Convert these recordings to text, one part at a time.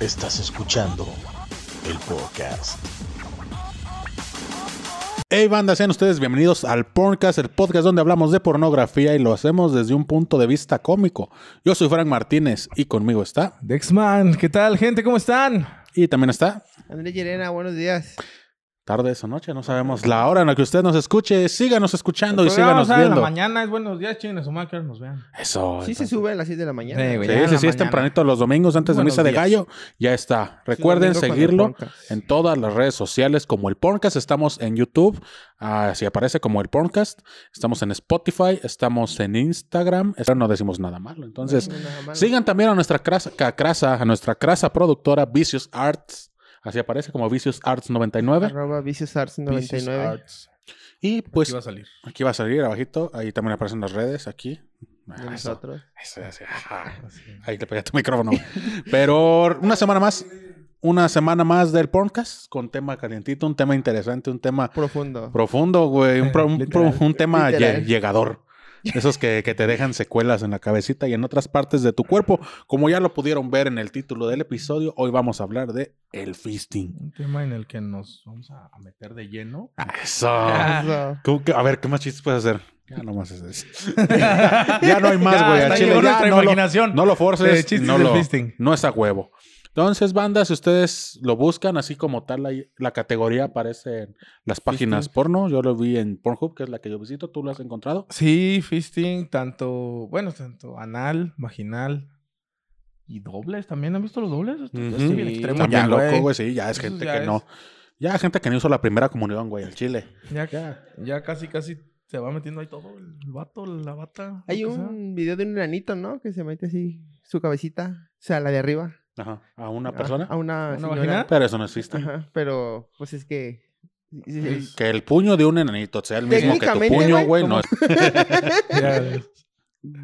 Estás escuchando el podcast. Hey banda, sean ustedes bienvenidos al Porncast, el podcast donde hablamos de pornografía y lo hacemos desde un punto de vista cómico. Yo soy Frank Martínez y conmigo está. Dexman, ¿qué tal, gente? ¿Cómo están? Y también está. Andrés Llerena, buenos días. Ah, Tarde o noche, no sabemos la hora en la que usted nos escuche. Síganos escuchando y Programa síganos sale en la viendo. mañana, es buenos días, chinguen a su madre, que ahora nos vean. Eso. Sí se entonces. sube a las 6 de la mañana. Sí, güey. Sí, Ya en sí, la sí, es mañana. temprانito los domingos antes de Buenos misa de días. gallo. Ya está. Recuerden domingo con el seguirlo Porncast. en todas las redes sociales como el Porncast. Estamos en YouTube, así aparece como el Porncast. Estamos en Spotify, estamos en Instagram. Pero no decimos nada malo. Entonces, No, nada malo. sigan también a nuestra crasa, ca- crasa- a nuestra crasa productora Vicious Arts. Así aparece como Vicious Arts 99. Arroba Vicious Arts 99. Y Aquí pues va a salir. aquí va a salir abajito. Ahí también aparecen las redes aquí. Ah, De Eso. nosotros. Eso, eso, ajá. Ahí te pegué tu micrófono. Pero una semana más. Una semana más del podcast con tema calientito, un tema interesante, un tema Profundo. profundo, güey. Un, pro- un pro- Literal. un tema lle- Literal. llegador. De Esos que, que te dejan secuelas en la cabecita y en otras partes de tu cuerpo. Como ya lo pudieron ver en el título del episodio, hoy vamos a hablar de el fisting. Un tema en el que nos vamos a a meter de lleno. Eso. Ah. Eso. ¿Cómo que- a ver, ¿qué más chistes puedes hacer? Ya no más es eso. ya no hay más, güey. al hasta chile, llegó ya nuestra no lo- imaginación. No lo De forces, Eh, chistes no, del lo- fisting. no es a huevo. Entonces, banda, si ustedes lo buscan, así como tal, ahí la categoría aparece en las páginas porno. Yo lo vi en Pornhub, que es la que yo visito. ¿Tú lo has encontrado? Sí, fisting, tanto, bueno, tanto anal, vaginal y dobles. ¿También han visto los dobles? Esto ya Ujú. es bien extremo También ya, loco, güey. güey. Sí, ya es Eso gente ya que es- no. Ya gente que no hizo la primera comunión, güey, al chile. Ya, Ya. ya casi, casi se va metiendo ahí todo. El vato, la bata. Hay lo que sea. un video de un enanito, ¿no? Que se mete así su cabecita. O sea, la de arriba. Ajá. A una Ah, persona. Este. A una, ¿Una señora. vagina? Pero eso no existe. Ajá. Pero, pues es que... sí, sí, sí. Que el puño de un enanito sea el mismo que tu Técnicamente, puño, güey, güey, no es Ya,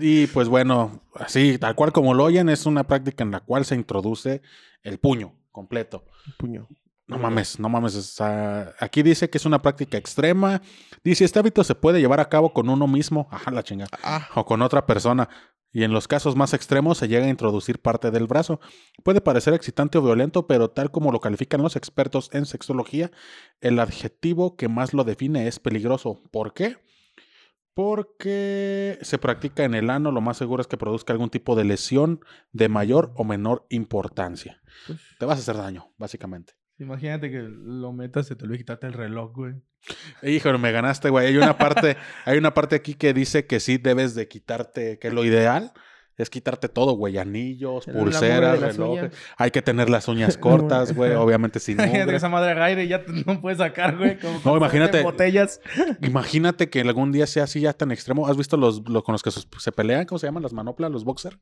Y pues bueno, así, tal cual como lo oyen, es una práctica en la cual se introduce el puño completo. Puño. No mames, no mames. o sea, aquí dice que es una práctica extrema. Dice, este hábito se puede llevar a cabo con uno mismo, ajá, la chingada, Ah. o con otra persona. Y en los casos más extremos se llega a introducir parte del brazo. Puede parecer excitante o violento, pero tal como lo califican los expertos en sexología, el adjetivo que más lo define es peligroso. ¿Por qué? Porque se practica en el ano, lo más seguro es que produzca algún tipo de lesión de mayor o menor importancia. pues, Te vas a hacer daño, básicamente. Imagínate que lo metas, se te olvida quitarte el reloj, güey. Híjole, me ganaste, güey. Hay una parte, hay una parte aquí que dice que sí debes de quitarte, que lo ideal es quitarte todo, güey. Anillos, El glamour de pulseras, las relojes. uñas. Hay que tener las uñas cortas, güey. Obviamente sin Imagínate que mugre. esa madre haga aire y ya te- no puedes sacar, güey. Como con imagínate. Botellas. Imagínate que algún día sea así ya tan extremo. ¿Has visto los, los con los que sus- se pelean? ¿Cómo se llaman? Las manoplas, los boxer.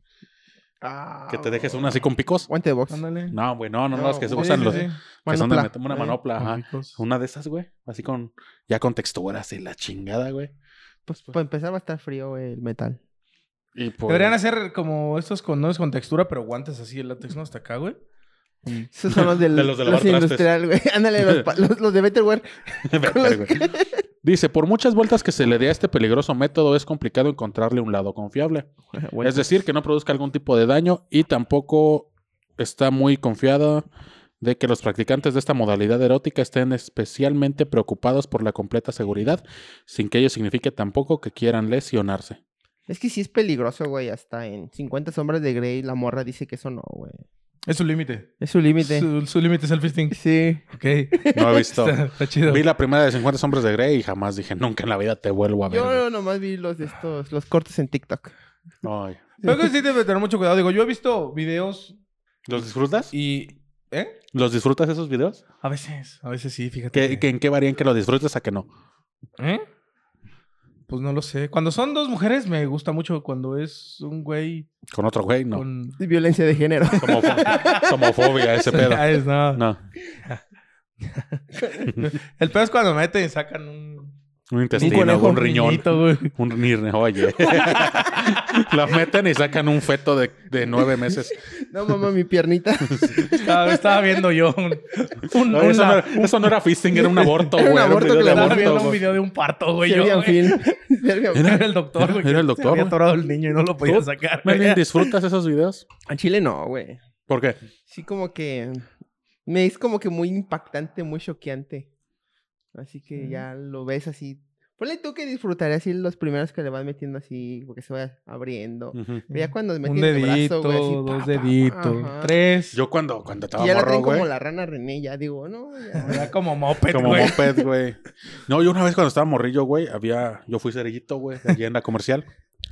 Ah, Que te dejes una así con picos. Guante de box. Ándale. No, güey, no, no, no, No, los que se güey, usan sí, los. sí, Que son de Manopla. met- una Eh, manopla, ajá. Un Una de esas, güey. Así con. Ya con texturas y la chingada, güey. Pues para empezar va a estar frío güey, el metal. Y pues. Deberían hacer como estos condones con textura, pero guantes así el látex, ¿no? Hasta acá, güey. Mm. Esos son los del, De los de lavar trastes. industrial, güey. Ándale, los, pa- los, los de Betterware. Verga, güey. Dice, por muchas vueltas que se le dé a este peligroso método, es complicado encontrarle un lado confiable. Es decir, que no produzca algún tipo de daño y tampoco está muy confiada de que los practicantes de esta modalidad erótica estén especialmente preocupados por la completa seguridad, sin que ello signifique tampoco que quieran lesionarse. Es que sí es peligroso, güey. Hasta en 50 sombras de Grey la morra dice que eso no, güey. Es su límite. Es su límite. Su su límite es el fisting. Sí. Ok. No he visto. Está, está chido. Vi la primera de 50 hombres de Grey y jamás dije, nunca en la vida te vuelvo a ver. güey". Yo nomás vi los de estos, los cortes en TikTok. Ay. Pero que sí debe tener mucho cuidado. Digo, yo he visto videos ¿Los disfrutas? y... ¿Eh? ¿Los disfrutas esos videos? A veces. A veces sí, fíjate. ¿Qué- que- que ¿En qué varían que los disfrutes a que no? ¿Eh? Pues no lo sé. Cuando son dos mujeres me gusta mucho. Cuando es un güey Con otro güey, no. con... Es violencia de género. Somofo- Somofobia, ese Este pedo. Ah, es, no. No, El peor es cuando meten y sacan un... un un intestino, conejo un riñón. niñito, güey. Un riñón, oye. Lo meten y sacan un feto de, de nueve meses. No, mamá, mi piernita. Estaba, estaba viendo yo un... un- No, una- eso, no era, eso no era fisting, era un aborto, Era un güey. Era un aborto video de que le estaba aborto, viendo un güey. video de un parto, güey. Yo, Serbian güey. film. Era- Serbian film. Era el doctor, güey. Era el que doctor, Se había güey. atorado el niño y no lo podía ¿Tú? sacar, güey. Melvin, ¿disfrutas esos videos? En Chile no, güey. ¿Por qué? Sí, como que. Me es como que muy impactante, muy choqueante. Así que Mm. ya lo ves así. Ponle tú que disfrutaré así los primeros que le vas metiendo así, porque se va abriendo. Pero ya cuando Mm. Un meten el dedito, brazo, güey, así, pa, dos pa, pa, deditos, ajá. tres. Yo cuando, cuando Y estaba ya la Ah, morro, traen güey. como la rana René, ya digo, no, ya. Ya como moped, Como güey. moped, güey. No, yo una vez cuando estaba morrillo, güey, había. Yo fui cerillito, güey, allí en la comercial.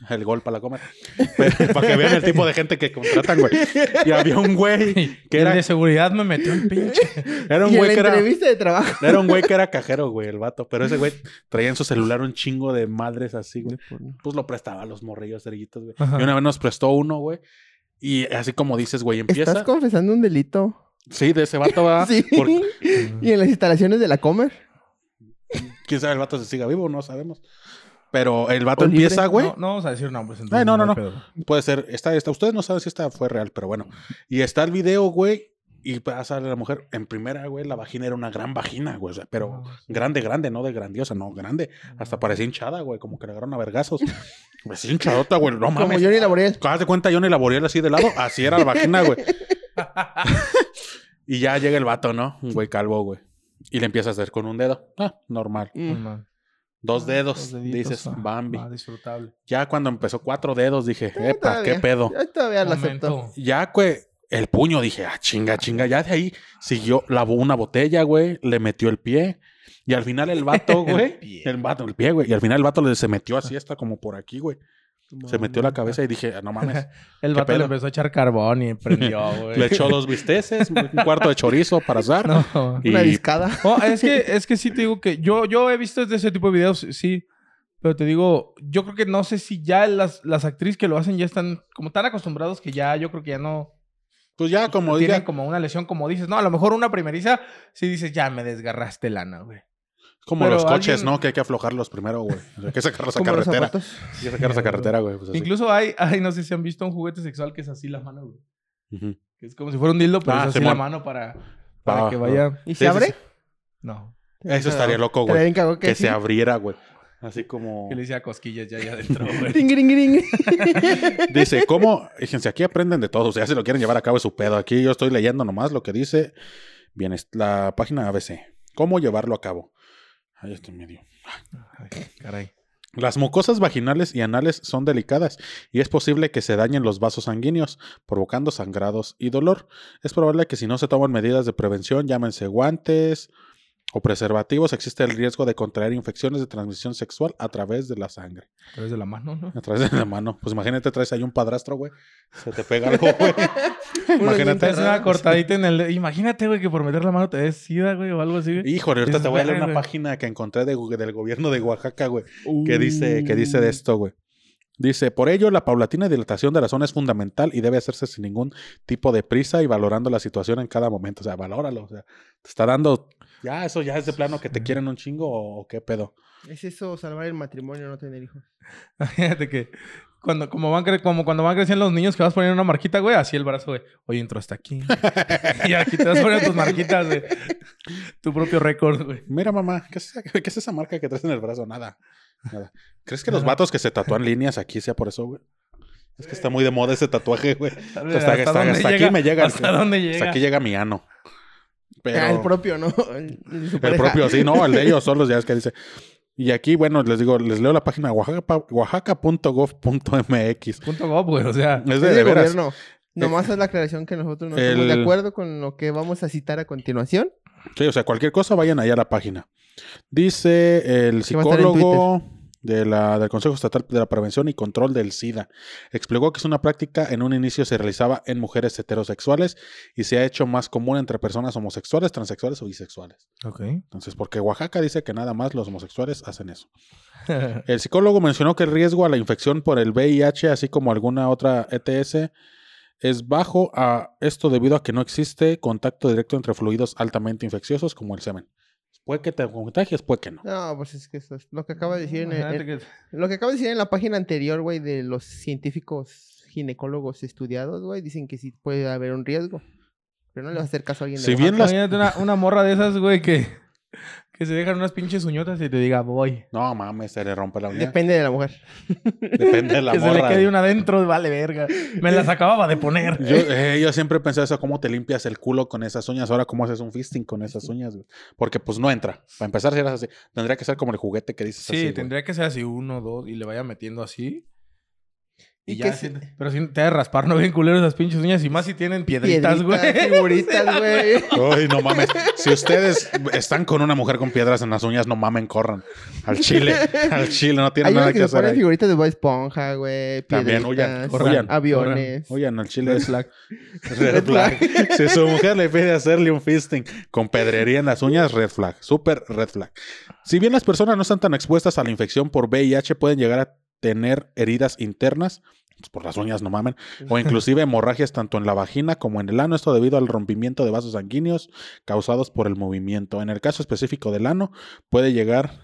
El gol para la comer. Pero- para que vean el tipo de gente que contratan, güey. Y había un güey que El era. de seguridad me metió un pinche. Era un y en güey la que era. entrevista de trabajo. Era un güey que era cajero, güey, el vato. Pero ese güey traía en su celular un chingo de madres así, güey. Pues lo prestaba a los morrillos cerillitos, güey. Ajá. Y una vez nos prestó uno, güey. Y así como dices, güey, empieza. Ah, Estás confesando un delito. Sí, de ese vato va. sí. Porque Y en las instalaciones de la Comer. quién sabe el vato se siga vivo, no sabemos. Pero el vato O libre, empieza, güey. No, no vamos a decir nombres. entonces Ay, no, no, hay no. pedo. Puede ser, está, está. Ustedes no saben si esta fue real, pero bueno. Y está el video, güey. Y pasa la mujer en primera, güey. La vagina era una gran vagina, güey. o sea, pero Ah, grande, grande, no de grandiosa, no, grande. Hasta parecía hinchada, güey. Como que le agarraron a vergazos. Parecía hinchadota, güey. No Como mames. Johnny Laboriel. Haz de cuenta, yo ni la Boreal así de lado, así era la vagina, güey. y ya llega el vato, ¿no? Un güey calvo, güey. Y le empieza a hacer con un dedo. Ah, normal. Mm. no, no. Dos dedos, deditos, dices, ah, Bambi. ah, disfrutable. Ya cuando empezó cuatro dedos, dije, Eh, epa, qué todavía. pedo. Yo todavía lo acepto. Momento. Ya, güey, el puño, dije, ah, chinga, chinga. Ya de ahí siguió, lavó una botella, güey, le metió el pie. Y al final el vato, güey, pie. el vato, el pie, güey. Y al final el vato le se metió así hasta como por aquí, güey. Se metió la cabeza y dije, ah, no mames. El ¿Qué vato pedo? le empezó a echar carbón y prendió, güey. Le echó dos bisteces, un cuarto de chorizo para azar. No. Y- Una discada. No, es que, es que sí te digo que yo, yo he visto de ese tipo de videos, sí. Pero te digo, yo creo que no sé si ya las, las actrices que lo hacen ya están como tan acostumbrados que ya yo creo que ya no Pues ya, como tienen diga, como una lesión, como dices. No, a lo mejor una primeriza sí dices, ya me desgarraste lana, güey. como pero los coches, alguien- ¿no? Que hay que aflojarlos primero, güey. O sea, Hay que sacarlos a Como los carretera. zapatos. Hay que sacarlos a carretera, güey. pues así. Incluso hay, hay, no sé si han visto un juguete sexual que es así la mano, güey. Ujú. Que es como si fuera un dildo, pero Ah, es así Simón. la mano para, para Ah, que vaya. ¿Y Sí, se sí, abre? Ah, sí. No, Eso estaría loco, Estaría güey. bien cagón que, Que sí. se abriera, güey. Así como... que le hacía cosquillas ya allá adentro, güey. Ting, ring, ring. Dice, ¿cómo? Fíjense, aquí aprenden de todo. O sea, si lo quieren llevar a cabo es su pedo. Aquí yo estoy leyendo nomás lo que dice bien, es la página ABC. ¿Cómo llevarlo a cabo? Ahí está en medio. Ay, Caray. Las mucosas vaginales y anales son delicadas y es posible que se dañen los vasos sanguíneos, provocando sangrados y dolor. Es probable que si no se toman medidas de prevención, llámense guantes o preservativos, existe el riesgo de contraer infecciones de transmisión sexual a través de la sangre, A través de la mano, ¿no? a través de la mano. Pues imagínate, traes ahí un padrastro, güey, se te pega algo, güey. Pues, Te hace una Imagínate. cortadita en el. dedo. Imagínate, güey, que por meter la mano te des sida, güey, o algo así, güey. Híjole, ahorita te voy a leer una Güey. página que encontré de, del gobierno de Oaxaca, güey. que dice, que Mm. dice de esto, güey. Dice, por ello, la paulatina dilatación de la zona es fundamental y debe hacerse sin ningún tipo de prisa y valorando la situación en cada momento. O sea, valóralo. O sea, te está dando. Ya, eso ya es de plano que te quieren un chingo o o qué pedo. Es eso, salvar el matrimonio, no tener hijos. Imagínate que. Cuando, como, van cre- como cuando van creciendo los niños que vas poniendo una marquita, güey, así el brazo, güey. Oye, entró hasta aquí. y aquí te vas poniendo tus marquitas, güey. Tu propio récord, güey. Mira, mamá, ¿qué es, esa- qué es esa marca que traes en el brazo? Nada. Nada. ¿Crees que los vatos que se tatúan líneas aquí sea por eso, güey? Es que está muy de moda ese tatuaje, güey. Hasta, hasta- dónde hasta aquí llega- me llega. el- ¿Hasta dónde llega? Hasta aquí llega mi ano. Pero... Ah, el propio, ¿no? El, el de su El pareja. propio, sí, no, el de ellos solos, ya es que dice. Y aquí, bueno, les digo, les leo la página oaxaca- oaxaca.gov.mx. Punto gov, güey. O sea, Es Es de, del de veras. Eh, gobierno. Nomás es la aclaración que nosotros no estamos El- de acuerdo con lo que vamos a citar a continuación. Sí, o sea, cualquier cosa, vayan allá a la página. Dice el Que va a estar en psicólogo de la, del Consejo Estatal de la Prevención y Control del SIDA. Explicó que es una práctica en un inicio se realizaba en mujeres heterosexuales y se ha hecho más común entre personas homosexuales, transexuales o bisexuales. ok. Entonces, porque Oaxaca dice que nada más los homosexuales hacen eso. El psicólogo mencionó que el riesgo a la infección por el VIH, así como alguna otra ETS, es bajo a esto debido a que no existe contacto directo entre fluidos altamente infecciosos como el semen. Puede que te contagies, puede que no. No, pues es que eso es lo que acaba de decir en, el- Imagínate en- que- lo que acaba de decir en la página anterior, güey, de los científicos ginecólogos estudiados, güey, dicen que sí puede haber un riesgo. Pero no le va a hacer caso a alguien de Si bien Oaxaca. las- Imagínate una, una morra de esas, güey, que, Que se dejan unas pinches uñotas y te diga, voy. No mames, se le rompe la uña. Depende de la mujer. Depende de la que se le morra. quede una adentro, vale verga. Me las acababa de poner. Yo, eh, yo siempre pensé eso, cómo te limpias el culo con esas uñas. Ahora, ¿cómo haces un fisting con esas uñas? güey? Porque pues no entra. Para empezar, si eras así, tendría que ser como el juguete que dices sí, así. güey. tendría que ser así uno, dos, y le vaya metiendo así. Y, Y ya. que se- así- Pero si te ha de raspar, no bien culero esas pinches uñas. Y más si tienen piedritas, güey. Figuritas, güey. Ay, no mames. Si ustedes están con una mujer con piedras en las uñas, no mamen, corran. Al chile, al chile, no tienen Hay unos nada que, que se hacer. ponen ahí. figuritas de Bob Esponja, güey. También, Piedritas, huyan, corran, aviones. Oigan, al chile Red es flag. red flag. Si su mujer le pide hacerle un fisting con pedrería en las uñas, red flag. Súper red flag. Si bien las personas no están tan expuestas a la infección por VIH, pueden llegar a tener heridas internas, pues por las uñas no mamen, o inclusive hemorragias tanto en la vagina como en el ano, esto debido al rompimiento de vasos sanguíneos causados por el movimiento. En el caso específico del ano, puede llegar,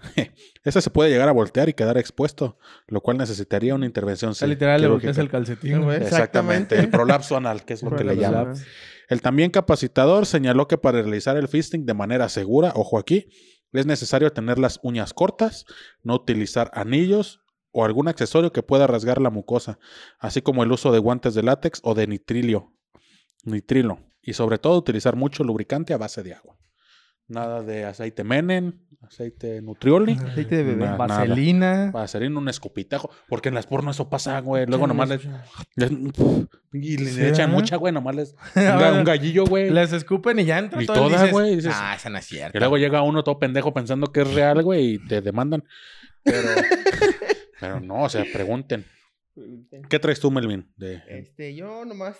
ese se puede llegar a voltear y quedar expuesto, lo cual necesitaría una intervención. O sea, sí, literal, le quirúrgica. volteas el calcetín, No, güey. güey. Exactamente, Exactamente. el prolapso anal, que es lo que le Prolapso llaman. anal. El también capacitador señaló que para realizar el fisting de manera segura, ojo aquí, es necesario tener las uñas cortas, no utilizar anillos o algún accesorio que pueda rasgar la mucosa, así como el uso de guantes de látex o de nitrilio, nitrilo, y sobre todo utilizar mucho lubricante a base de agua. Nada de aceite menen, aceite nutrioli, Aceite de bebé. Nah. nada. Vaselina. vaselina, un escupitajo, porque en las porno eso pasa, güey. Luego nomás le, y le ¿Será? echan mucha, güey, nomás les un ga- un gallillo, güey. Las escupen y ya entra Y todo toda, dices, güey, dices- Ah, esa no es cierta. Y luego llega uno todo pendejo pensando que es real, güey, y te demandan. Pero, pero no, o sea, pregunten. ¿Qué traes tú, Melvin? De, Este, yo nomás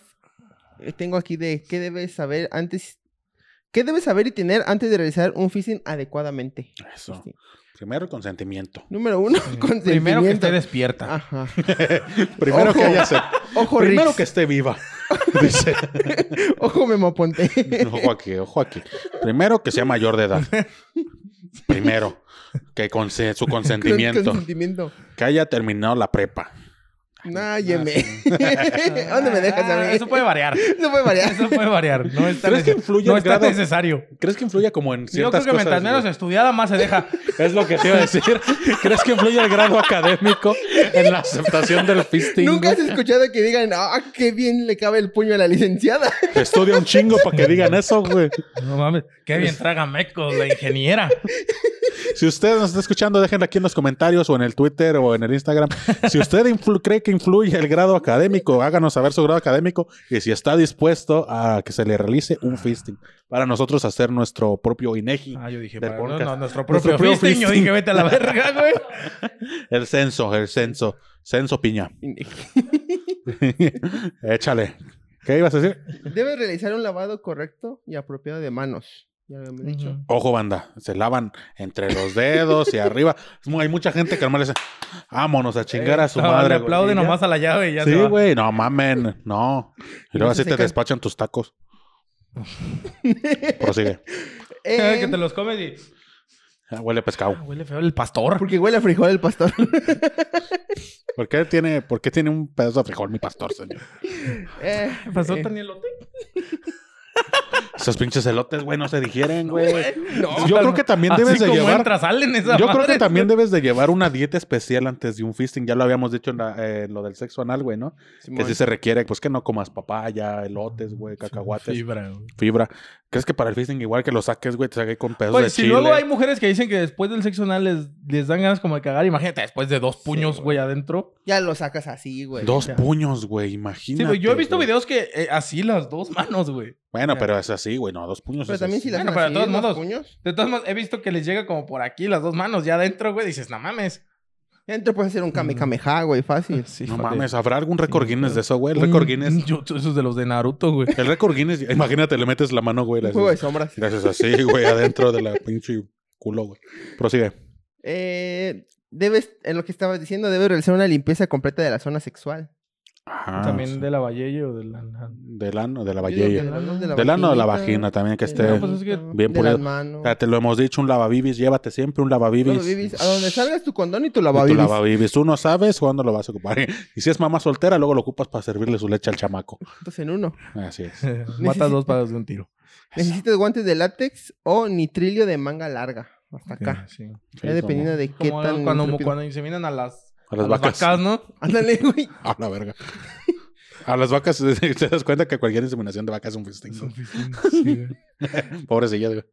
eh, tengo aquí de qué debes saber antes. ¿Qué debes saber y tener antes de realizar un fisting adecuadamente? eso. Fisting. Primero el consentimiento. Número uno, consentimiento. Primero que esté despierta. Ajá. Primero Ojo. que haya sed. Ojo, Primero Primero que esté viva. Dice. Ojo, Memo Ponte. Ojo aquí, ojo aquí. Primero que sea mayor de edad. Primero. Que con su consentimiento. Consentimiento. Que haya terminado la prepa. Náyeme. ¿A ¿Dónde me dejas a Ah, mí? Eso puede variar. No puede variar. Eso puede variar. No es tan, ¿Crees que nece- influye no el es tan grado? necesario. ¿Crees que influye como en Yo ciertas creo que mientras cosas? menos güey? estudiada, más se deja. Es lo que te iba a decir. ¿Crees que influye el grado académico en la aceptación del fisting? Nunca güey? has escuchado que digan, ah, qué bien le cabe el puño a la licenciada. Estudia un chingo para que digan eso, güey. No mames. Qué bien traga mecos la ingeniera. Si usted nos está escuchando, déjenlo aquí en los comentarios o en el Twitter o en el Instagram. Si usted influ- cree que influye el grado académico, háganos saber su grado académico y si está dispuesto a que se le realice un fisting para nosotros hacer nuestro propio INEGI, Ah, yo dije, Del para no, podcast. no, nuestro propio propio fisting. Yo fisting. dije, vete a la verga, güey. el censo, el censo, censo piña. Échale. ¿Qué ibas a decir? Debes realizar un lavado correcto y apropiado de manos. Ya lo hemos dicho. Ojo, banda, se lavan entre los dedos y arriba. Es muy- Hay mucha gente que nomás le dice, vámonos a chingar a su Eh, No, madre. Le güey". aplaude Y ya. nomás a la llave y ya se Sí, va. güey, no mamen, no. Y luego no así se te secan. despachan tus tacos. Prosigue. Ah, Eh, Que te los comes y... Ah, Huele a pescado. Ah, Huele feo el pastor. Porque huele a frijol el pastor. ¿Por qué tiene, por qué tiene un pedazo de frijol mi pastor, señor? Eh, El pastor eh, tenía elote. Esos pinches elotes, güey, no se digieren, güey. No, Yo creo que también así debes de como llevar. entra, salen esa Yo creo que madre. también debes de llevar una dieta especial antes de un fisting. Ya lo habíamos dicho en la- eh, lo del sexo anal, güey, ¿no? Que Simón. sí se requiere, pues que no comas papaya, elotes, güey, cacahuates, Fibra, güey. fibra. ¿Crees que para el fisting igual que lo saques, güey, te saque con pedazos Oye, de Pues, si chile? luego hay mujeres que dicen que después del sexo anal les, les dan ganas como de cagar, imagínate, después de dos puños, güey, adentro. Ya lo sacas así, güey. Dos Ya. puños, güey, Sí, imagínate. güey, yo he visto güey. videos que eh, así las dos manos, güey. Bueno, pero es así, güey, no, dos puños Pero es también así. si las Bueno, pero de todos modos. puños. De todas maneras, he visto que les llega como por aquí las dos manos, ya adentro, güey, dices, no mames. Entonces puedes hacer un kame kameha, güey, fácil. Sí, No joder. mames, ¿habrá algún récord Guinness de eso, güey? El Un- récord Guinness... un jutsu, esos de los de Naruto, güey. El récord Guinness... Imagínate, le metes la mano, güey. Un le juego de haces- sombras. le haces así, güey, adentro de la pinche culo, güey. Prosigue. Eh, debes, en lo que estabas diciendo, debes realizar una limpieza completa de la zona sexual. Ajá, También Ah, sí. de la Valle o de la... Del ano, de la Yo digo que vallilla. del ano, Del ano o de la vagina vaginita, también que del esté... No, pues es que anito, bien de las pulido. manos. Ya te lo hemos dicho, un lavavivis, llévate siempre un lavavivis. Lavavivis. A donde salgas tu condón y tu Y lavavivis. tu lavavivis. Tú no sabes cuándo lo vas a ocupar. Y si es mamá soltera, luego lo ocupas para servirle su leche al chamaco. Dos en uno. Así es. Matas dos palos de un tiro. Necesitas guantes de látex o nitrilio de manga larga. hasta acá. Sí. Sí, Ya dependiendo de qué Como tan. cuando, intrépido- cuando inseminan a las, como- A a las vacas. ¿no? Ándale, güey. A la verga. A las vacas, te das cuenta que cualquier inseminación de vacas es un festín. Son fisting, sí, güey. Pobrecillas, güey.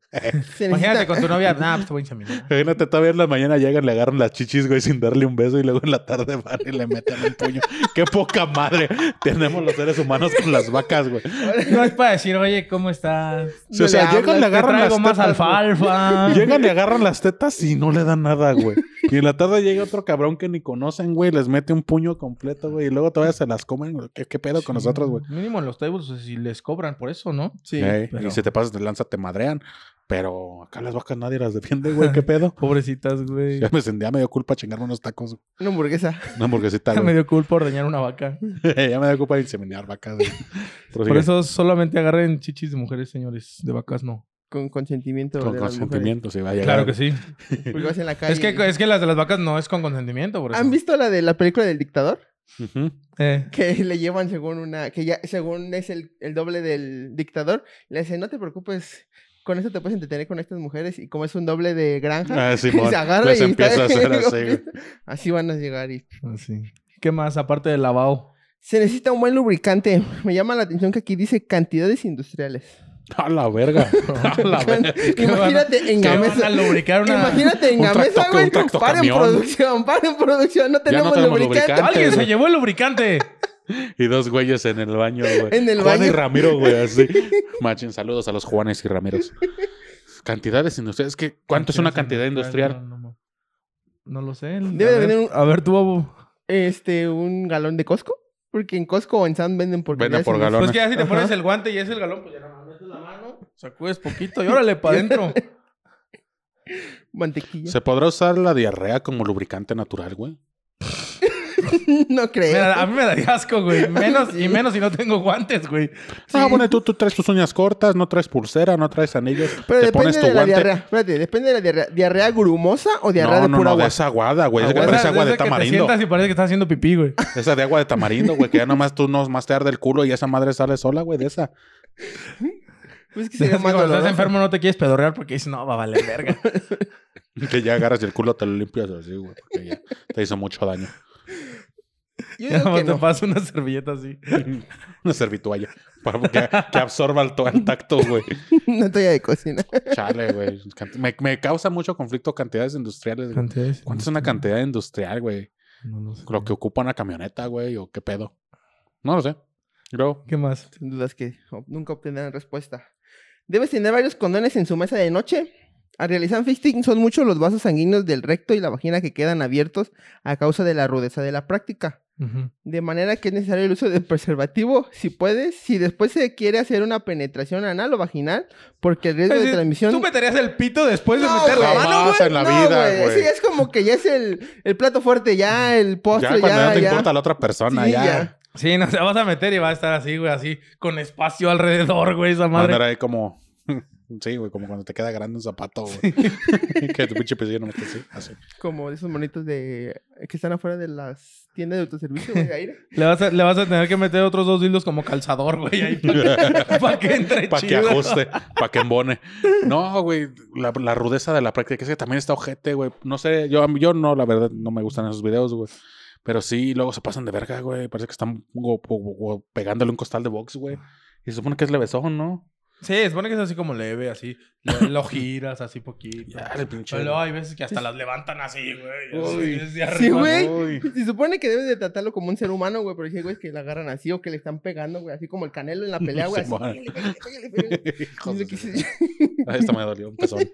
Se Imagínate necesita. con tu novia. Nah, pues te voy a inseminar. Imagínate, todavía en la mañana llegan, le agarran las chichis, güey, sin darle un beso y luego en la tarde van y le meten un puño. ¡Qué poca madre! Tenemos los seres humanos con las vacas, güey. No es para decir, oye, ¿cómo estás? Sí, o sea, le llegan, hablas, le te agarran Traigo las más tetas. güey. alfalfa. Llegan y agarran las tetas y no le dan nada, güey. Y en la tarde llega otro cabrón que ni conocen, güey, les mete un puño completo, güey, y luego todavía se las comen, güey. ¿Qué, qué pedo con nosotros, güey? Mínimo en los tables, si les cobran por eso, ¿no? Sí. Ey, pero- Y si te pasas de lanza, te madrean. Pero acá las vacas nadie las defiende, güey, ¿qué pedo? Pobrecitas, güey. Ya me sentía medio culpa chingarme unos tacos, güey. Una hamburguesa. una hamburguesita, Ya me güey. Pues dio culpa ordeñar una vaca. ya me dio culpa de inseminar vacas, güey. Por Prosigue. eso solamente agarren chichis de mujeres, señores. De vacas no. Con consentimiento. Con de las mujeres. consentimiento se va a llegar. Claro que sí. Porque vas en la calle. Es que, es que las de las vacas no es con consentimiento, por eso. ¿Han visto la de la película del dictador? Ujú. Eh, Que le llevan según una. Que ya, según es el, el doble del dictador. Le dicen, no te preocupes. Con eso te puedes entretener con estas mujeres. Y como es un doble de granja. Ah, Simón. se agarra Les y empieza a hacer así, güey. Así van a llegar. Y... así. pues ¿Qué más? Aparte del lavado. Se necesita un buen lubricante. Me llama la atención que aquí dice cantidades industriales. A la verga. A la verga. Imagínate en ¿Qué van Gamesa. a lubricar una... Imagínate en un Gamesa, tracto- güey. un tracto Paren camión. producción, paren producción. No tenemos, tenemos lubricante. lubricante. ¡Alguien se llevó el lubricante! Y dos güeyes en el baño, güey. En el Juan y baño. Ramiro, güey, así. Machín, saludos a los Juanes y Ramiros. Cantidades industriales. Es que, ¿cuánto es una cantidad industrial? No, no, no lo sé. Debe a de ver- venir un- A ver, tú, Bobo. Este, un galón de Costco. Porque en Costco o en San venden por Venden cantidades por industriales. galón. Pues que ya si te Ajá. pones el guante y es el galón, pues ya nada más metes la mano, sacudes poquito y órale, para adentro. Mantequilla. ¿Se podrá usar la diarrea como lubricante natural, güey? no creo. Mira, a mí me daría asco, güey. Menos y menos si no tengo guantes, güey. Ah, bueno, tú, tú traes tus uñas cortas, no traes pulsera, no traes anillos. Pero te depende pones tu de la guante. diarrea. Espérate, depende de la diarrea. ¿Diarrea grumosa o diarrea no, de no, pura no, de agua? esa aguada, güey. Esa que Esa- parece agua esa de que Te tamarindo. sientas y parece que estás haciendo pipí, güey. Esa de agua de tamarindo, güey, que ya nomás tú no más te arde el culo y esa madre sale sola, güey, de esa. Pues que sería Cuando más estás doloroso. enfermo no te quieres pedorrear porque dices, no, va a valer verga. Que ya agarras y el culo te lo limpias así, güey, porque ya te hizo mucho daño. Yo Y digo nada más que te no. paso una servilleta así. Una servitualla para que, que absorba el, to- el tacto, güey. Una toalla de cocina. Chale, güey. Cant- Me, me causa mucho conflicto cantidades industriales. güey. ¿Cuántas? ¿Cuánto es una cantidad industrial, güey? No lo sé. Lo que ocupa una camioneta, güey, o qué pedo. No lo sé. Creo. ¿Qué más? Sin dudas que ob- nunca obtendrán respuesta. Debes tener varios condones en su mesa de noche. Al realizar fisting son muchos los vasos sanguíneos del recto y la vagina que quedan abiertos a causa de la rudeza de la práctica. Ujú. De manera que es necesario el uso de preservativo, si puedes, si después se quiere hacer una penetración anal o vaginal, porque el riesgo Es de decir, transmisión... ¿Tú meterías el pito después de No, meter la güey, mano? Jamás güey, en la no, vida, güey. Sí, es como que ya es el, el plato fuerte, ya el ya postre, cuando ya, no te ya. importa la otra persona, Sí, ya. ya. Sí, no, se vas a meter y va a estar así, güey, así, con espacio alrededor, güey, esa Va a madre. andar ahí como. Sí, güey, como cuando te queda grande un zapato, güey. que tu pinche pesillo nomás te así, así. Como esos monitos de... eh, que están afuera de las tiendas de autoservicio, güey, ahí. Le vas, a, le vas a tener que meter otros dos dildos como calzador, güey, ahí para que entre Para que chido. ajuste, para que embone. No, güey, la, la rudeza de la práctica. Es que también está ojete, güey. No sé, yo, yo no, la verdad, no me gustan esos videos, güey. Pero sí, luego se pasan de verga, güey. Parece que están go- go- go- pegándole un costal de box, güey. Y se supone que es levesón, ¿no? Sí, se supone que es así como leve, así. Lo, lo giras así poquito. Ya, el pinche. Pero luego hay veces que hasta las levantan así, güey. así, Uy. desde arriba. Sí, güey. Uy. Se supone que debes de tratarlo como un ser humano, güey, pero hay güeyes que la agarran así o que le están pegando, güey, así como el canelo en la pelea, güey. así, Simón. pégale, pégale, pégale, pégale. Hijo Y de lo su- que se- Ay, Esta me dolió un pezón.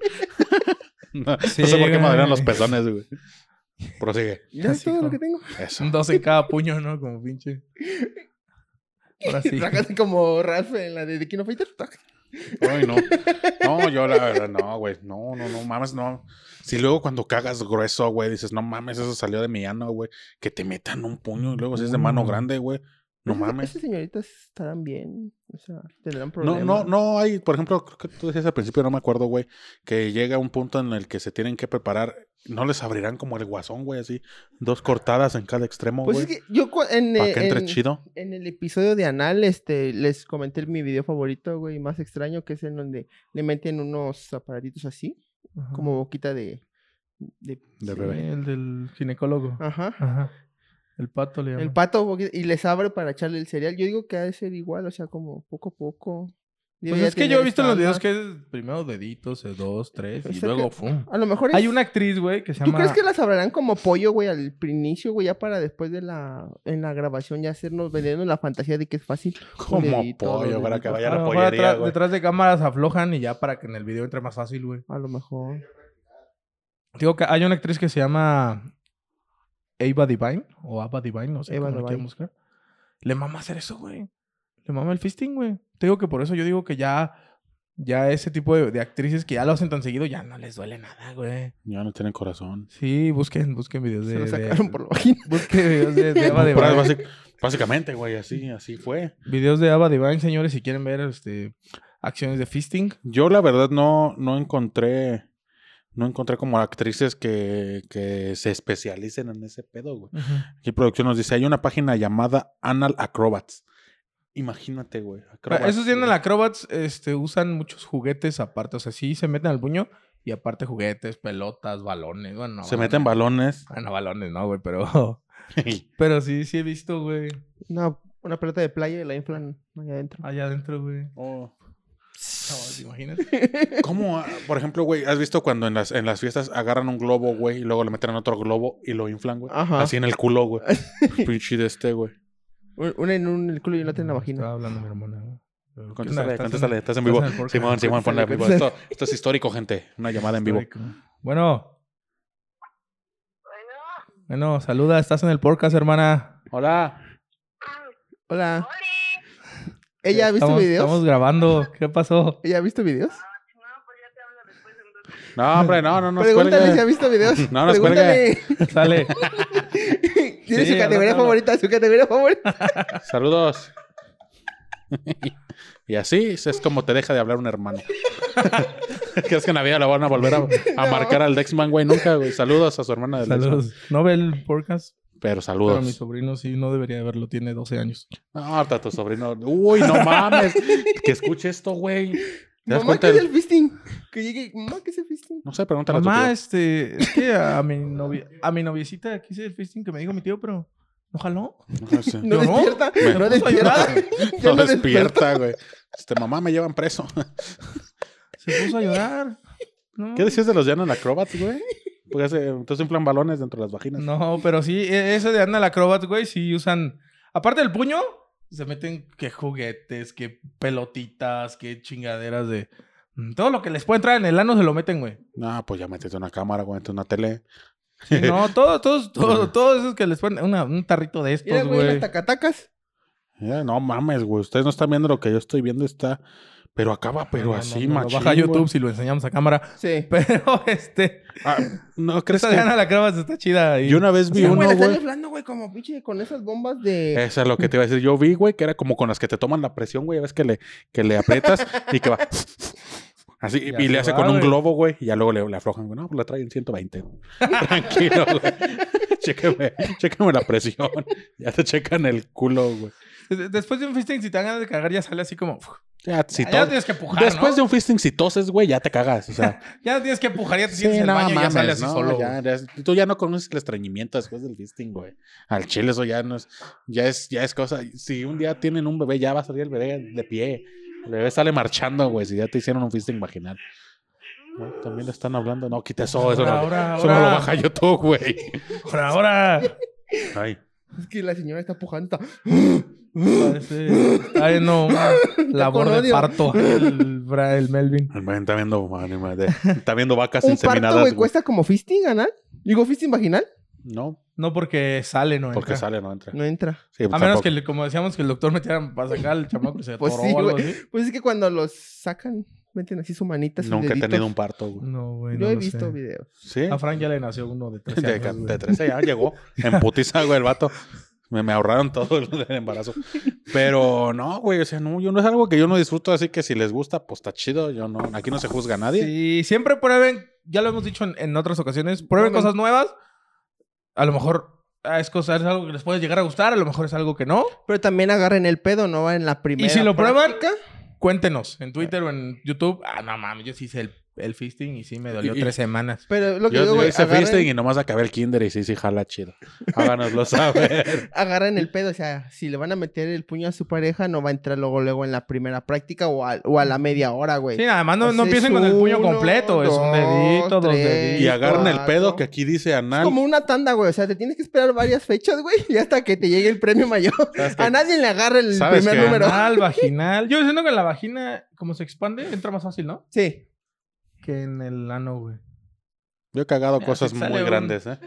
no, no Sí, sé por qué me güey. dolieron los pezones, güey. Prosigue. Ya es Así todo como- lo que tengo. Eso. Son dos en cada puño, ¿no? Como pinche. Ahora sí. Rácate como Ralph en la de The King of Fighters. tac. Ay, no. No, yo la verdad, no, güey. No, no, no, mames, no. Si luego cuando cagas grueso, güey, dices, no mames, eso salió de mi ano, güey. Que te metan un puño y luego si es de Mm. mano grande, güey. No Esas- mames. Esas señoritas estarán bien. O sea, tendrán No, problemas. no, no hay, por ejemplo, creo que tú decías al principio, no me acuerdo, güey, que llega un punto en el que se tienen que preparar. No les abrirán como el guasón, güey, así, dos cortadas en cada extremo, Pues güey. es que yo cu- en, para eh, que entre en- chido. en el episodio de Anal, este, les comenté mi video favorito, güey, más extraño, que es en donde le meten unos aparatitos así. Ajá. como boquita de... de- De Sí, bebé. el del ginecólogo. ajá. Ajá. El pato le llaman. Ah. El pato boquita- y les abre para echarle el cereal. Yo digo que ha de ser igual, o sea, como poco a poco. Pues Debería es que yo he tener visto en los videos estándar. que es primero deditos, eh, dos, tres, O y sea luego que- ¡fum! A lo mejor es... Hay una actriz, güey, que se ¿Tú llama... Ah, crees que las abrirán como pollo, güey, al inicio, güey, ya para después de la... En la grabación ya hacernos vendernos la fantasía de que es fácil? Un Como dedito, dos pollo, para que deditos. vaya A la lo mejor pollería, atrás- güey. detrás de cámaras aflojan y ya para que en el video entre más fácil, güey. A lo mejor. Digo que hay una actriz que se llama Ava Divine o Ava Divine, no sé Ava cómo la quieran Divine. buscar. Le mama hacer eso, güey. Le mama el fisting, güey. Te digo que por eso yo digo que ya, ya ese tipo de, de actrices que ya lo hacen tan seguido ya no les duele nada, güey. Ya no tienen corazón. Sí, busquen, busquen videos de. Se lo de- sacaron por la vagina. Busquen videos de, de Ava Por ahí Divine. basic- básicamente, güey, así, así fue. Videos de Ava Divine, señores, si quieren ver este, acciones de fisting. Yo la verdad no, no encontré, no encontré como actrices que, que se especialicen en ese pedo, güey. Ah, Aquí producción nos dice, hay una página llamada Anal Acrobats. Imagínate, güey. Acrobats, Esos tienen güey. acrobats, este, usan muchos juguetes aparte. O sea, sí se meten al puño y aparte juguetes, pelotas, balones. Bueno, no, Se meten balones. Bueno, balones, no, güey, pero. Pero sí, sí he visto, güey. Una, una pelota de playa y la inflan allá adentro. Allá adentro, güey. Oh. Chavos, ¿te imaginas? ¿Cómo? ah, Por ejemplo, güey, ¿has visto cuando en las, en las fiestas agarran un globo, güey, y luego le meten otro globo y lo inflan, güey? Ajá. Así en el culo, güey. Pinche de este, güey. Un- Una en un, el culo y otra en la vagina. Estaba hablando mi hermana, güey. Pero, ¿qué Contéstale, onda? contéstale, estás en estás vivo. en el podcast. Simón, Simón, ponle en vivo. Contéstale. Esto, esto es histórico, gente. Una llamada en vivo. Bueno. Bueno, saluda, estás en el podcast, hermana. Hola. Hola. ¿Ella ha visto Estamos- videos? Estamos grabando. ¿Qué pasó? ¿Ella ha visto videos? No, hombre, no, no, no. Pregúntale si ha cuelgue. visto videos. No nos Pregúntale. Sale. Tiene Sí, su categoría anótalo. favorita, su categoría favorita. Saludos. y así es es como te deja de hablar un hermano. ¿Crees que en la vida la van a volver a, a No. marcar al Dexman, güey? Nunca, güey. Saludos a su hermana del Dexman. Saludos. No ve el podcast, Pero pero mi saludos. sobrino sí no debería de verlo. Tiene 12 años. No, hasta tu sobrino. Uy, no mames. que escuche esto, güey. ¿Te das Mamá, cuenta? ¿qué es del- el fisting? Que llegue, mamá, ¿qué es el fisting? No sé, pregúntale a Mamá, tu tío. este, es que a mi, novia, a mi noviecita quise el fisting que me dijo mi tío, pero no jaló. No sé. No, Yo no. despierta, Me- no despierta. Ya No no despierta. despierta, güey. Este, mamá, me llevan preso. Se puso a llorar. No, ¿Qué decías de los Llanos Acrobats, güey? Porque hace- entonces inflan balones dentro de las vaginas. No, pero sí, e- ese de Anal Acrobat, güey, sí usan. Aparte del puño, se meten que juguetes, que pelotitas, que chingaderas de. mm, Todo lo que les puede entrar en el ano se lo meten, güey. No, pues ya metiste una cámara, güey, entonces una tele. Sí, no, todos, todos, todos, todos esos que les ponen una- un tarrito de Mira, estos, güey, güey. las tacatacas. Ya, no mames, güey. Ustedes no están viendo lo que yo estoy viendo, está. Pero acaba, pero Ah, No, no, así, no, no, machín. Baja a güey. YouTube si lo enseñamos a cámara. Sí. Pero este. Ah, no crees Esa que. de Anal Acrobat está chida. Y... Yo una vez vi Sí, güey, la uno, están güey. Eh. inflando, güey, como pinche con esas bombas de... Eso es lo que te iba a decir. Yo vi, güey, que era como con las que te toman la presión, güey. Ya ves que le, que le aprietas y que va. Así, Y y así le hace va, con un güey. globo, güey. Y ya luego le, le aflojan, güey. No, pues la traen 120. güey. Tranquilo, güey. chéqueme, chéqueme la presión. Ya te checan el culo, güey. Des- Después de un fisting, si te dan ganas de cagar, ya sale así como. uf, Ya, si ya to- no tienes que pujar. Después ¿no? de un fisting, si toses, güey, ya te cagas. O sea, Ya no tienes que pujar, ya te sí, sientes en el no baño y ya mames, sale así no, solo. ya, ya- tú ya no conoces el estreñimiento después del fisting, güey. Al chile, eso ya no es, ya es, ya es cosa. Si un día tienen un bebé, ya va a salir el bebé de pie. El bebé sale marchando, güey, si ya te hicieron un fisting vaginal. No, También le están hablando. No, quita eso, eso, Ahora, no, ahora, eso no lo ahora. baja YouTube, güey. Ahora, ahora. Ay. Es que la señora está pujando. está- Parece- Ay, no. una Labor con de odio. parto. El, Bra- el Melvin. El man Está viendo, anima de- está viendo vacas Un parto, inseminadas, güey, güey. cuesta como fisting, anal. Digo, fisting vaginal. No, No porque sale, no porque entra. sale, no entra. No entra. Sí, A pues, menos tampoco. que, le- como decíamos, que el doctor metiera para sacar al chamaco y se Pues atoró sí, o algo güey. así. Pues es que cuando los sacan, meten así su manita, su Nunca he dedito. tenido un parto, güey. No, güey. Yo no he lo visto sé. videos. Sí. A Frank ya le nació uno de 13 De, años, güey. de 13 ya llegó. En putiza, güey, el vato. Me, me ahorraron todo el del embarazo. Pero no, güey, o sea, no, yo no es algo que yo no disfruto, así que si les gusta, pues está chido. Yo no, aquí no se juzga a nadie. Sí, siempre prueben, ya lo hemos dicho en, en otras ocasiones, prueben Prueben. cosas nuevas. A lo mejor ah, es, cosa, es algo que les puede llegar a gustar, a lo mejor es algo que no. Pero también agarren el pedo, no va en la primera. si lo prueban? práctica. Cuéntenos en Twitter o en YouTube. Ah, no mames, yo sí hice el el fisting y sí me dolió Y- y- tres semanas. Pero lo que Yo, digo, yo güey, hice agarren- fisting y nomás acabé el kinder y sí, sí, jala chido. Háganoslo saber. agarran el pedo. O sea, si le van a meter el puño a su pareja, no va a entrar luego, luego en la primera práctica o a, o a la media hora, güey. Sí, nada más no, O no sea, empiecen es con el puño uno, completo. es un dos, dedito, dos tres. y deditos. agarren el Exacto. pedo que aquí dice Es anal. como una tanda, güey. O sea, te tienes que esperar varias fechas, güey, y hasta que te llegue el premio mayor. ¿Sabes qué? A nadie le agarra el ¿Sabes primer qué? número. Anal, vaginal. Yo siento que en la vagina, como se expande, entra más fácil, ¿no? Sí. Que en el ano, güey. Yo he cagado Ya, cosas te sale muy un- grandes, ¿eh?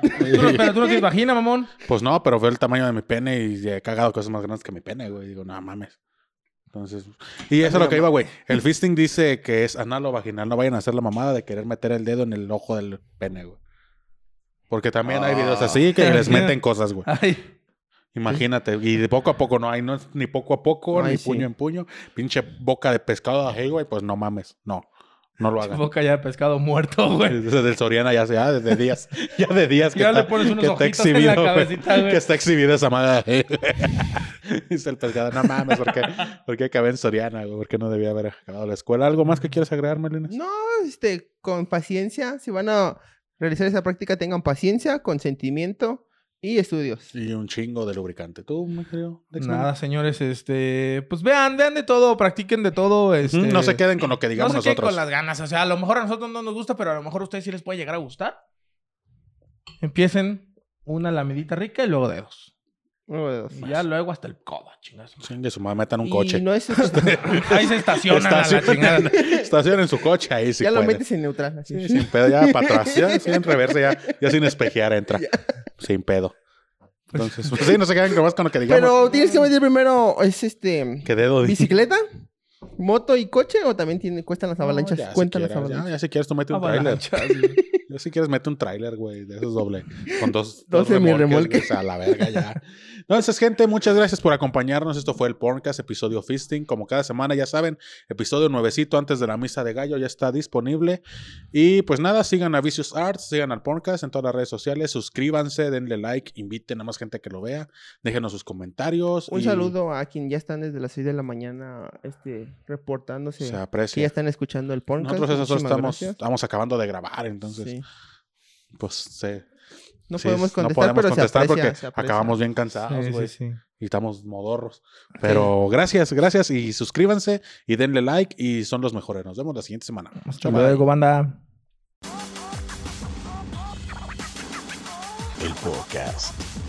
Tú no, pero tú no tienes vagina, mamón. Pues no, pero fue el tamaño de mi pene y he cagado cosas más grandes que mi pene, güey. Digo, no mames. Entonces, y Ah, eso es lo que iba, güey. El fisting dice que es anal o vaginal. No vayan a hacer la mamada de querer meter el dedo en el ojo del pene, güey. Porque también hay videos así Ah. que les meten cosas, güey. Ay. Imagínate. Y de poco a poco no hay, no es ni poco a poco, Ay, ni sí. puño en puño. Pinche boca de pescado, hey, güey, pues no mames. No, no lo hagan. Boca ya de pescado muerto, güey. Desde el Soriana ya se, ah, desde días, ya de días que Ya le está- pones unos que está ojitos en la exhibido, güey. cabecita, güey. que está exhibida esa madre. Dice el pescado, no mames, ¿por qué, por qué acabé en Soriana? güey? ¿Por qué no debía haber acabado la escuela? ¿Algo más que quieras agregar, Melina? No, este, con paciencia. Si van a realizar esa práctica, tengan paciencia, consentimiento y estudios. Y un chingo de lubricante. ¿Tú, me creo? Nada, señores, este, pues vean, vean de todo, practiquen de todo, este, Mm, No se queden con lo que digamos no se queden nosotros. con las ganas, o sea, a lo mejor a nosotros no nos gusta, pero a lo mejor a ustedes sí les puede llegar a gustar. Empiecen una lamidita rica y luego dedos. Luego de dos. Y ya luego hasta el codo, chingas. Chingue su madre, metan un Y coche. no es- Ahí se estacionan a la chingada. Estacionen- estacionen su coche ahí si ya lo pueden. metes en neutral. así. Sí, sin pedo, ya para atrás, ya sin reversa, ya, ya sin espejear entra. Sin pedo. Entonces, pues sí, no se quedan nomás con lo que digamos. Pero tienes que meter primero, es este, ¿Qué dedo di- bicicleta, moto y coche, o también tiene, cuestan las No, avalanchas. ya si Cuentan las quieras, avalanchas. Ya, ya si quieres, tú Ah, mete un tráiler. Avalanchas, güey. Ya si quieres, mete un tráiler, güey, de esos doble. Con dos, dos Dos remolques. semirremolques. güey, O sea, la verga ya. Entonces, gente, muchas gracias por acompañarnos. Esto fue el Porncast, episodio Fisting. Como cada semana, ya saben, episodio nuevecito antes de la misa de gallo ya está disponible. Y pues nada, sigan a Vicious Arts, sigan al Porncast en todas las redes sociales. Suscríbanse, denle like, inviten a más gente que lo vea. Déjenos sus comentarios. Un y saludo a quien ya están desde las 6 de la mañana este, reportándose. Se que ya aprecia. están escuchando el podcast. Nosotros esos dos Muchísimas estamos, gracias. estamos acabando de grabar, entonces, Sí. pues, se, No Sí, podemos no contestar, podemos pero contestar se aprecia, porque se aprecia. acabamos bien cansados, Sí, güey. sí, sí. Y estamos modorros. Pero gracias, gracias. Y suscríbanse y denle like. Y son los mejores. Nos vemos la siguiente semana. Hasta Bye. luego, banda. El podcast.